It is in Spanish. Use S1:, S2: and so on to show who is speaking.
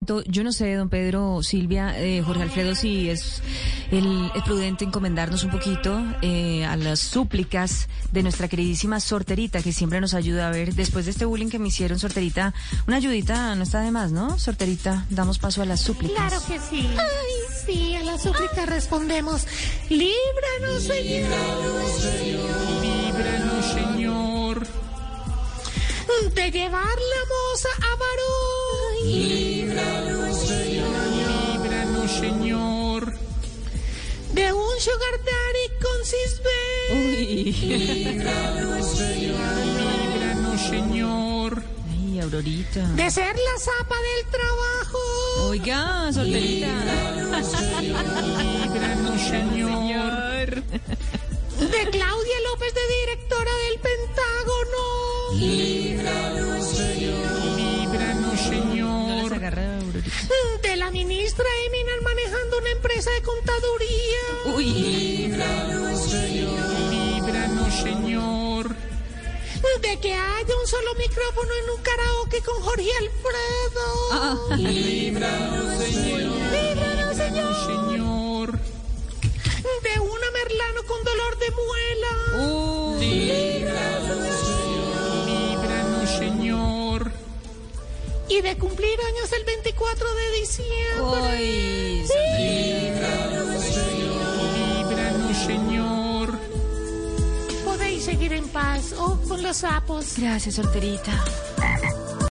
S1: momento, yo no sé, don Pedro, Silvia, eh, Jorge Alfredo, si es el, es prudente encomendarnos un poquito eh, a las súplicas de nuestra queridísima sorterita, que siempre nos ayuda a ver, después de este bullying que me hicieron, sorterita, una ayudita no está de más, ¿no? Sorterita, damos paso a las súplicas.
S2: Claro que sí.
S3: Ay, sí, a la súplica respondemos. Líbranos, Señor.
S4: Líbranos, Señor.
S3: De llevar la moza a varón.
S4: Líbranos, Señor. Líbranos, Señor.
S3: De un sugar daddy con cisbe.
S4: Líbranos, Señor. Líbranos, Señor.
S1: Ay, Aurorita.
S3: De ser la zapa del trabajo.
S1: Oiga, sorterita.
S4: Líbranos, Señor.
S3: De Claudia López de directora del Pentágono.
S4: Líbranos,
S1: Nos
S4: Señor.
S1: agarra Aurorita.
S3: De la ministra Eminar manejando una empresa de contaduría.
S1: Uy,
S4: Líbranos, Señor.
S3: Pues De que haya un solo micrófono en un karaoke con Jorge Alfredo. Líbranos, Señor.
S4: Señor.
S3: De una Merlano con dolor de muela.
S1: uy.
S4: Líbranos, Señor.
S3: Y de cumplir años el 24 de
S1: Oh.
S3: diciembre.
S1: Uy,
S4: Líbranos, Señor.
S3: Podéis seguir en paz. Oh, con los sapos.
S1: Gracias, sorterita.